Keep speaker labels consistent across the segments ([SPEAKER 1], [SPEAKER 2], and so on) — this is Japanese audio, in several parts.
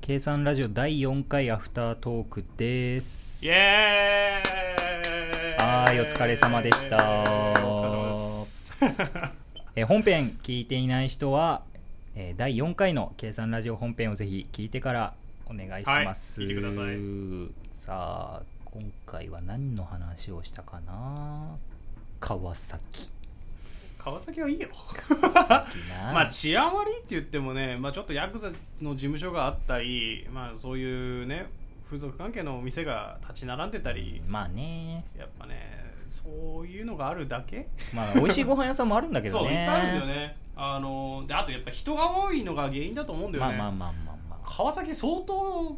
[SPEAKER 1] 計算ラジオ第4回アフタートークです
[SPEAKER 2] イエーイ
[SPEAKER 1] はーいお疲れ様でした
[SPEAKER 2] お疲れ様です。
[SPEAKER 1] えー本編聞いていない人は、えー第4回の計算ラジオ本編をぜひ聞いてからお願いします、
[SPEAKER 2] はい聞いてくださ
[SPEAKER 1] さあ今回は何の話をしたかな川崎
[SPEAKER 2] 川崎はいい
[SPEAKER 1] い
[SPEAKER 2] よ。
[SPEAKER 1] いな
[SPEAKER 2] まあ治安悪いって言ってもね、まあ、ちょっとヤクザの事務所があったり、まあ、そういうね風俗関係のお店が立ち並んでたり、
[SPEAKER 1] まあね
[SPEAKER 2] やっぱねそういうのがあるだけ
[SPEAKER 1] まあ美味しいご飯屋さんもあるんだけど
[SPEAKER 2] そ
[SPEAKER 1] ね
[SPEAKER 2] ういっぱいあるんだよねあのであとやっぱ人が多いのが原因だと思うんだよ
[SPEAKER 1] まあ
[SPEAKER 2] ね、
[SPEAKER 1] まあまあまあまあ
[SPEAKER 2] 川崎相当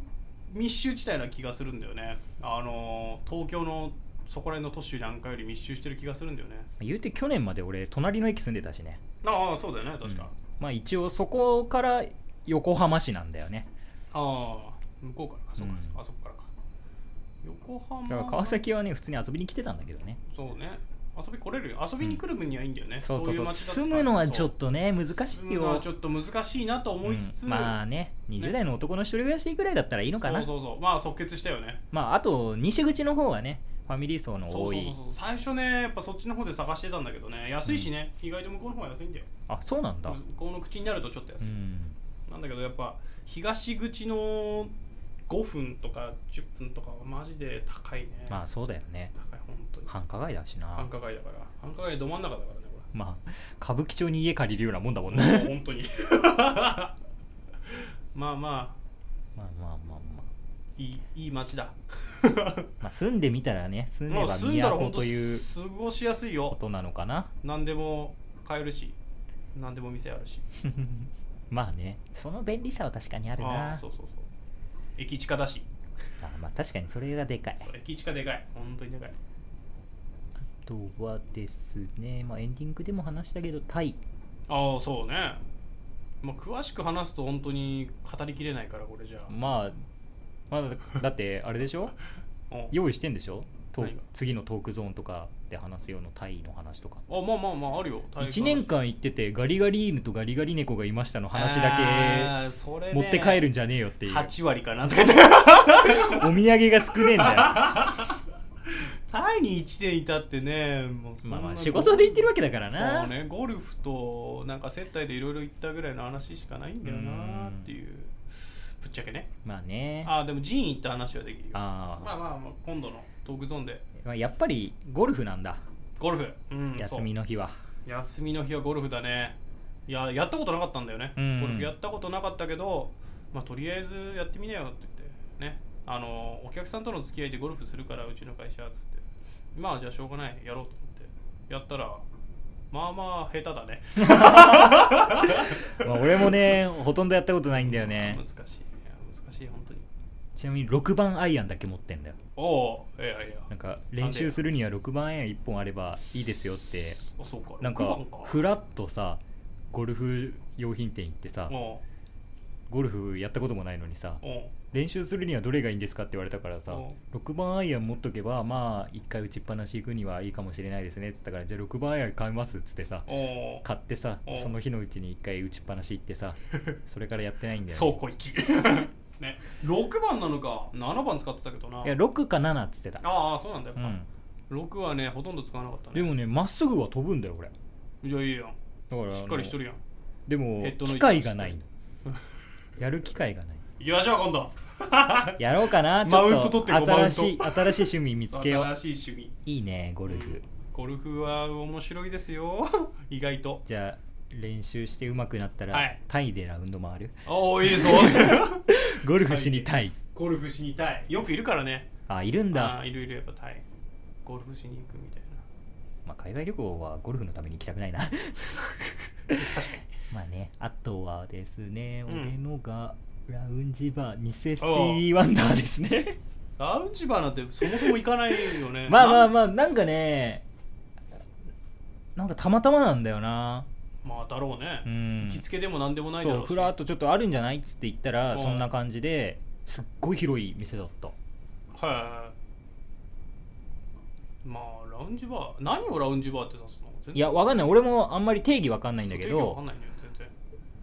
[SPEAKER 2] 密集地帯な気がするんだよねあの東京のそこら辺の都市なんかより密集してる気がするんだよね
[SPEAKER 1] 言うて去年まで俺隣の駅住んでたしね
[SPEAKER 2] ああそうだよね
[SPEAKER 1] うんまあ一応そこから横浜市なんだよね
[SPEAKER 2] ああ向こうからかそうか、
[SPEAKER 1] うん
[SPEAKER 2] あそこからか横浜
[SPEAKER 1] だから川崎はね普通に遊びに来てたんだけどね
[SPEAKER 2] そうね遊び来れるよ遊びに来る分にはいいんだよね、
[SPEAKER 1] そうそうそう
[SPEAKER 2] い街だったら
[SPEAKER 1] 住むのはちょっとね難
[SPEAKER 2] そう
[SPEAKER 1] しい
[SPEAKER 2] 住むのは
[SPEAKER 1] よ
[SPEAKER 2] ちょっと難しいなと思いつつ、
[SPEAKER 1] うんまあね20代の男の一人暮らしぐらいだったらいいのかな
[SPEAKER 2] そうそうそうまあ即決したよね
[SPEAKER 1] まああと西口の方はねファミリー層の
[SPEAKER 2] そう
[SPEAKER 1] 多
[SPEAKER 2] そう
[SPEAKER 1] い
[SPEAKER 2] そうそう最初ねやっぱそっちの方で探してたんだけどね安いしね、意外と向こうの方が安いんだよ
[SPEAKER 1] あそうなんだ
[SPEAKER 2] 向こうの口になるとちょっと安
[SPEAKER 1] う
[SPEAKER 2] い、
[SPEAKER 1] ん
[SPEAKER 2] なんだけどやっぱ東口の5分とか10分とかはマジで高いね、
[SPEAKER 1] まあそうだよね
[SPEAKER 2] 高い本当に
[SPEAKER 1] 繁華街だしな
[SPEAKER 2] 繁華街だから繁華街ど真ん中だからねこ
[SPEAKER 1] まあ歌舞伎町に家借りるようなもんだもん
[SPEAKER 2] れ
[SPEAKER 1] ね
[SPEAKER 2] もう本当にまあま
[SPEAKER 1] ま
[SPEAKER 2] あ
[SPEAKER 1] あまあまあまあ
[SPEAKER 2] いいいい 街だ
[SPEAKER 1] まあ住んでみたらね住んで
[SPEAKER 2] もう
[SPEAKER 1] ば
[SPEAKER 2] 住んだら
[SPEAKER 1] 都
[SPEAKER 2] 本当
[SPEAKER 1] という
[SPEAKER 2] 過ごしやすい
[SPEAKER 1] こ
[SPEAKER 2] よ
[SPEAKER 1] となのかな
[SPEAKER 2] 何でも買えるし何でも店あるし
[SPEAKER 1] まあねその便利さは確かにあるな
[SPEAKER 2] あーそうそうそう駅近だし
[SPEAKER 1] あまあ確かにそれがでかい
[SPEAKER 2] そう駅近でかい本当にでかい
[SPEAKER 1] あとはですね、まあ、エンディングでも話したけどタイ
[SPEAKER 2] ああそうね、まあ、詳しく話すと本当に語りきれないからこれじゃあ、
[SPEAKER 1] まあまだだってあれでしょ
[SPEAKER 2] うん
[SPEAKER 1] 用意してんでしょと
[SPEAKER 2] 何が
[SPEAKER 1] 次のトークゾーンとかで話すようなタイの話とか
[SPEAKER 2] あまあまあまああるよ
[SPEAKER 1] 1年間行っててガリガリ犬とガリガリ猫がいましたの話だけ持って帰るんじゃねえよっていう
[SPEAKER 2] 8割かなんとか言って
[SPEAKER 1] お土産が少ねえ んだ
[SPEAKER 2] タイに1年いたってねもうそ
[SPEAKER 1] よま
[SPEAKER 2] んな
[SPEAKER 1] あまあ仕事で行ってるわけだからな
[SPEAKER 2] そうねゴルフとなんか接待でいろいろ行ったぐらいの話しかないんだよなっていうぶっちゃけね
[SPEAKER 1] まあね
[SPEAKER 2] ああでも寺院行った話はできるよ
[SPEAKER 1] あー
[SPEAKER 2] まあまあまあ今度のトークゾーンで
[SPEAKER 1] まあやっぱりゴルフなんだ
[SPEAKER 2] ゴルフ、うん
[SPEAKER 1] 休み
[SPEAKER 2] の
[SPEAKER 1] の日は
[SPEAKER 2] 休みの日はゴルフだねいややったことなかったんだよね、
[SPEAKER 1] うん
[SPEAKER 2] ゴルフやったことなかったけど、まあ、とりあえずやってみなよって言ってねあのお客さんとの付き合いでゴルフするからうちの会社っつってまあじゃあしょうがないやろうと思ってやったらまあまあ下手だね
[SPEAKER 1] まあ俺もねほとんどやったことないんだよね
[SPEAKER 2] 難しいいや難しい本当に
[SPEAKER 1] ちなみに6番アイアンだけ持ってんだよ
[SPEAKER 2] おおいやいや
[SPEAKER 1] なんか練習するには6番アイアン1本あればいいですよって
[SPEAKER 2] あそうか
[SPEAKER 1] なん
[SPEAKER 2] 6
[SPEAKER 1] か
[SPEAKER 2] 番か
[SPEAKER 1] フラッとさゴルフ用品店行ってさ
[SPEAKER 2] お
[SPEAKER 1] ゴルフやったこともないのにさ
[SPEAKER 2] うおう
[SPEAKER 1] 練習するにはどれがいいんですかって言われたからさ
[SPEAKER 2] お
[SPEAKER 1] 6番アイアン持っとけばまあ1回打ちっぱなし行くにはいいかもしれないですねっつったからじゃあ6番アイアン買いますっつってさ
[SPEAKER 2] おう
[SPEAKER 1] 買ってさ
[SPEAKER 2] お
[SPEAKER 1] その日のうちに1回打ちっぱなし行って さそれからやってないんだよね
[SPEAKER 2] 倉庫行き ね6番なのか7番使ってたけどない
[SPEAKER 1] や6か7っつってた
[SPEAKER 2] ああそうなんだよ、
[SPEAKER 1] う
[SPEAKER 2] やっ
[SPEAKER 1] ん
[SPEAKER 2] ぱ6はねほとんど使わなかったね
[SPEAKER 1] でもねまっすぐは飛ぶんだよ俺
[SPEAKER 2] じゃあいいやん
[SPEAKER 1] だから
[SPEAKER 2] しっかりしとるやん
[SPEAKER 1] あのでも
[SPEAKER 2] ヘッドの位置
[SPEAKER 1] 機会がないの
[SPEAKER 2] うん
[SPEAKER 1] やる機会がない
[SPEAKER 2] 行きましょう今度
[SPEAKER 1] やろうかなちょっと
[SPEAKER 2] マウント取ってこう
[SPEAKER 1] 新しい
[SPEAKER 2] マ
[SPEAKER 1] 新しい趣味見つけよう
[SPEAKER 2] 新しい趣味
[SPEAKER 1] いいねゴルフ
[SPEAKER 2] ゴルフは面白いですよ 意外と
[SPEAKER 1] じゃあ練習して上手くなったら、
[SPEAKER 2] はい
[SPEAKER 1] タイでラウンド回る
[SPEAKER 2] おおいいぞ
[SPEAKER 1] ゴルフしにタイ
[SPEAKER 2] ゴルフしにたいよくいるからね
[SPEAKER 1] あいるんだ
[SPEAKER 2] あーいるいるやっぱタイゴルフしに行くみたいな
[SPEAKER 1] まあ、海外旅行はゴルフのために行きたくないな
[SPEAKER 2] 確かに
[SPEAKER 1] まあねあとはですね、
[SPEAKER 2] うん
[SPEAKER 1] 俺のがラウンジバーニセスティービー・ワンダーですね
[SPEAKER 2] ラウンジバーなんてそもそも行かないよ ね
[SPEAKER 1] まあまあ
[SPEAKER 2] な
[SPEAKER 1] まあなんかねなんかたまたまなんだよな
[SPEAKER 2] まあだろうね、
[SPEAKER 1] うん
[SPEAKER 2] 行きつけでも何でもないだ
[SPEAKER 1] そ
[SPEAKER 2] ろ
[SPEAKER 1] う
[SPEAKER 2] うし
[SPEAKER 1] ふらっとちょっとあるんじゃないっつって言ったら
[SPEAKER 2] うん
[SPEAKER 1] そんな感じですっごい広い店だった
[SPEAKER 2] はいまあラウンジバー何をラウンジバーって出すの全然
[SPEAKER 1] いやわかんない俺もあんまり定義わかんないんだけ
[SPEAKER 2] 定義わか
[SPEAKER 1] ど
[SPEAKER 2] んないのよ全然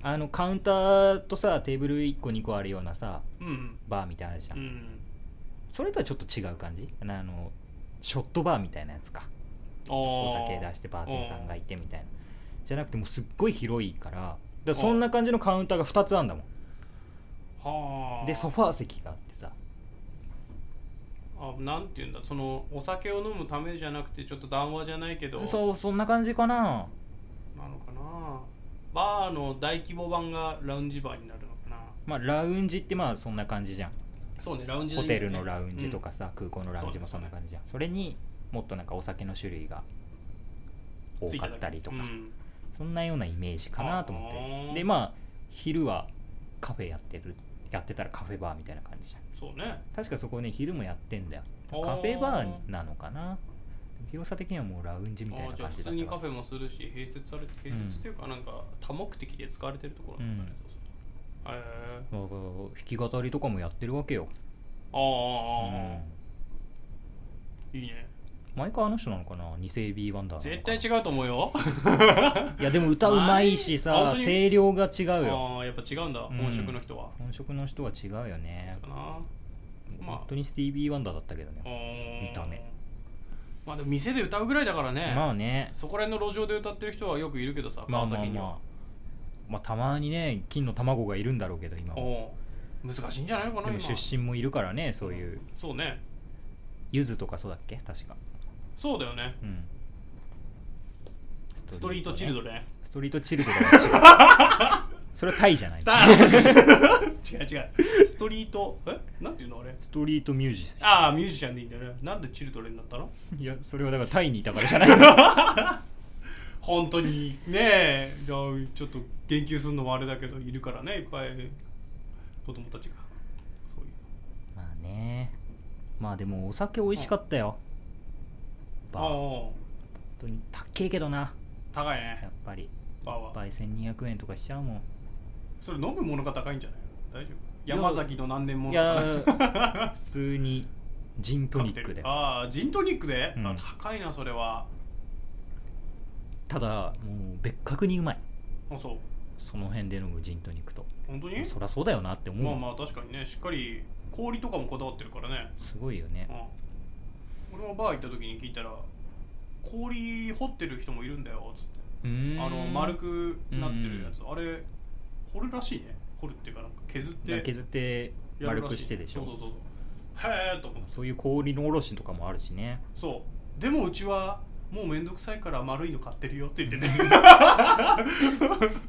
[SPEAKER 1] あのカウンターとさテーブル1個2個あるようなさ
[SPEAKER 2] うんうん
[SPEAKER 1] バーみたいなのあるじゃ、
[SPEAKER 2] うんん
[SPEAKER 1] それとはちょっと違う感じあのショットバーみたいなやつかお
[SPEAKER 2] お
[SPEAKER 1] 酒出してバーテンさんがいてみたいなじゃなくてもうすっごい広いからだからそんな感じのカウンターが2つあんだも
[SPEAKER 2] はあ
[SPEAKER 1] んでソファー席があってさ
[SPEAKER 2] あなんていうんだそのお酒を飲むためじゃなくてちょっと談話じゃないけど
[SPEAKER 1] そうそんな感じかな
[SPEAKER 2] なのかなバーの大規模版がラウンジバーになるのかな
[SPEAKER 1] まあラウンジってまあそんな感じじゃん
[SPEAKER 2] そうねラウンジ
[SPEAKER 1] ホ
[SPEAKER 2] 意味
[SPEAKER 1] テ
[SPEAKER 2] ね
[SPEAKER 1] ルのラウンジとかさ、空港のラウンジもそんな感じじゃんそれにもっとなんかお酒の種類が
[SPEAKER 2] うん
[SPEAKER 1] 多かったりとか
[SPEAKER 2] ついてたけどうん
[SPEAKER 1] そんなようなイメージかなと思
[SPEAKER 2] あ
[SPEAKER 1] っ
[SPEAKER 2] ー
[SPEAKER 1] てでまあ昼はカフェやってるやってたらカフェバーみたいな感じじゃん
[SPEAKER 2] そうね
[SPEAKER 1] 確かそこね昼もやってんだよ
[SPEAKER 2] あー
[SPEAKER 1] カフェバーなのかな広さ的にはもうラウンジみたい
[SPEAKER 2] あ
[SPEAKER 1] な
[SPEAKER 2] じゃあ
[SPEAKER 1] 感
[SPEAKER 2] 普
[SPEAKER 1] じだ
[SPEAKER 2] 通
[SPEAKER 1] っ
[SPEAKER 2] に
[SPEAKER 1] たか
[SPEAKER 2] カ
[SPEAKER 1] ら
[SPEAKER 2] フェもするし併設されて併設っていうかなんか多目的で使われてるところなんだね、そうするとへえ
[SPEAKER 1] だから弾き語りとかもやってるわけよ、
[SPEAKER 2] ああああああ、
[SPEAKER 1] うん
[SPEAKER 2] いいね
[SPEAKER 1] 毎回あの人なのかな2世 B ワンダーなのかな
[SPEAKER 2] 絶対違うと思うよ
[SPEAKER 1] いやでも歌うまいし
[SPEAKER 2] あ
[SPEAKER 1] さ
[SPEAKER 2] 本当に
[SPEAKER 1] 声量が違うよ
[SPEAKER 2] ああやっぱ違うんだ
[SPEAKER 1] うん
[SPEAKER 2] 本職の人は、
[SPEAKER 1] 本職の人は違うよね
[SPEAKER 2] かなまあ
[SPEAKER 1] 本当にスティービー・ワンダーだったけどね
[SPEAKER 2] 見
[SPEAKER 1] 見た目
[SPEAKER 2] まあでも店で歌うぐらいだからね、
[SPEAKER 1] まあね
[SPEAKER 2] そこら辺の路上で歌ってる人はよくいるけどさ
[SPEAKER 1] まあ
[SPEAKER 2] 川
[SPEAKER 1] まあ
[SPEAKER 2] 崎には、
[SPEAKER 1] まあまあたまにね金の卵がいるんだろうけど今は
[SPEAKER 2] おう難しいんじゃないのか
[SPEAKER 1] で
[SPEAKER 2] な
[SPEAKER 1] も
[SPEAKER 2] 今
[SPEAKER 1] 出身もいるからねそういう
[SPEAKER 2] そうね
[SPEAKER 1] ゆずとかそうだっけ確か
[SPEAKER 2] そうだよね
[SPEAKER 1] うん
[SPEAKER 2] ストリートチル ドレン
[SPEAKER 1] ストリートチルドレンは違うそれはタイじゃない
[SPEAKER 2] だ違う違うストリートえなんていうのあれ
[SPEAKER 1] ストリートミュージシャ
[SPEAKER 2] ああミュージシャンでいいんだよねなんでチルドレンだったの
[SPEAKER 1] ンいや それはだからタイにいたからじゃないの
[SPEAKER 2] 本当にねえいやちょっと言及するのもあれだけどいるからねいっぱい子供たちがそういう
[SPEAKER 1] まあねまあでもお酒美味しかったよバー本
[SPEAKER 2] あ
[SPEAKER 1] 当に高えけどな
[SPEAKER 2] あ高い
[SPEAKER 1] や
[SPEAKER 2] ね
[SPEAKER 1] っぱり
[SPEAKER 2] バーは
[SPEAKER 1] 倍1200円とかしちゃうもん
[SPEAKER 2] それ飲むものが高いんじゃない大丈夫山崎の何年もの
[SPEAKER 1] いや普通にジントニックで
[SPEAKER 2] ああジントニックで、
[SPEAKER 1] うん
[SPEAKER 2] あ高いなそれは
[SPEAKER 1] ただもう別格にうまい
[SPEAKER 2] あそう
[SPEAKER 1] その辺で飲むジントニックと
[SPEAKER 2] 本当に
[SPEAKER 1] そりゃそうだよなって思う、
[SPEAKER 2] まあまあ確かにねしっかり氷とかもこだわってるからね、
[SPEAKER 1] すごいよね
[SPEAKER 2] うん、俺もバー行った時に聞いたら氷掘ってる人もいるんだよつって
[SPEAKER 1] うーん
[SPEAKER 2] あの丸くなってるやつ
[SPEAKER 1] う
[SPEAKER 2] あれ掘るらしいね掘るっていうかなんか削って
[SPEAKER 1] 削って
[SPEAKER 2] やる
[SPEAKER 1] 丸
[SPEAKER 2] ら
[SPEAKER 1] くしてでしょ
[SPEAKER 2] そうそうそうそうへえと思って
[SPEAKER 1] そういう氷のおろしとかもあるしね
[SPEAKER 2] そうでもうちはもうめんどくさいから丸いの買ってるよって言ってね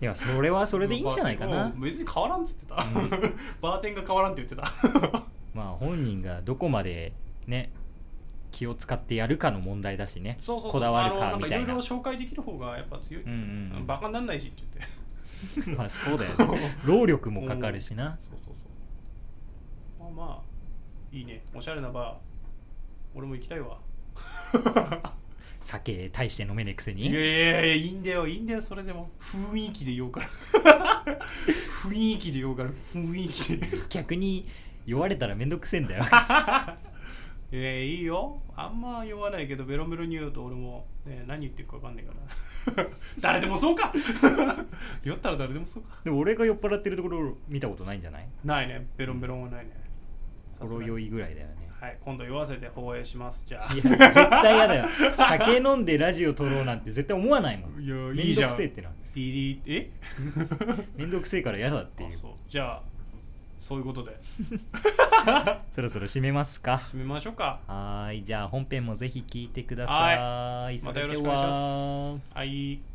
[SPEAKER 1] いやそれは それでいいんじゃないかな、
[SPEAKER 2] うん別に変わらんっつってた、バーテンが変わらんって言ってた
[SPEAKER 1] まあ本人がどこまでね気を使ってやるかの問題だしね
[SPEAKER 2] そうそうそう
[SPEAKER 1] こだわる
[SPEAKER 2] あ
[SPEAKER 1] か
[SPEAKER 2] のん
[SPEAKER 1] みたい
[SPEAKER 2] いろ
[SPEAKER 1] ない
[SPEAKER 2] ろ紹介できる方がやっぱ強いって言ってた、
[SPEAKER 1] うんうんうん
[SPEAKER 2] バカになんないしって言って
[SPEAKER 1] まあそうだよ ね労力もかかるしな
[SPEAKER 2] そうそうそうまあまあいいねおしゃれなバー俺も行きたいわ
[SPEAKER 1] 酒大して飲めねえくせ
[SPEAKER 2] いやい
[SPEAKER 1] に
[SPEAKER 2] やいやいいんだよいいんだよそれでも雰囲気で言おうから 雰囲気で言おうから雰囲気で
[SPEAKER 1] 逆に酔われたらめんどくせえんだ よ
[SPEAKER 2] えー、いいよあんま酔わないけどベロベロに言うと俺も、ね、何言ってるか分かんないから 誰でもそうか 酔ったら誰でもそうか
[SPEAKER 1] でも俺が酔っ払ってるところ見たことないんじゃない
[SPEAKER 2] ないねベロンベロンはないね
[SPEAKER 1] ほろ酔
[SPEAKER 2] い
[SPEAKER 1] いぐらいだよね
[SPEAKER 2] はい今度酔わせて放映しますじゃあ
[SPEAKER 1] いや絶対嫌だよ酒飲んでラジオ撮ろうなんて絶対思わないもん
[SPEAKER 2] いや
[SPEAKER 1] め
[SPEAKER 2] いい
[SPEAKER 1] ん
[SPEAKER 2] じ
[SPEAKER 1] ど
[SPEAKER 2] ゃん
[SPEAKER 1] くせえってな
[SPEAKER 2] リリえ
[SPEAKER 1] めんどくせえから嫌だ ってい
[SPEAKER 2] あ
[SPEAKER 1] う
[SPEAKER 2] そうじゃあそういうことで
[SPEAKER 1] そろそろ締めますか
[SPEAKER 2] 締めましょうか
[SPEAKER 1] はーいじゃあ本編もぜひ聞いてください、
[SPEAKER 2] またよろしくお願いしますはい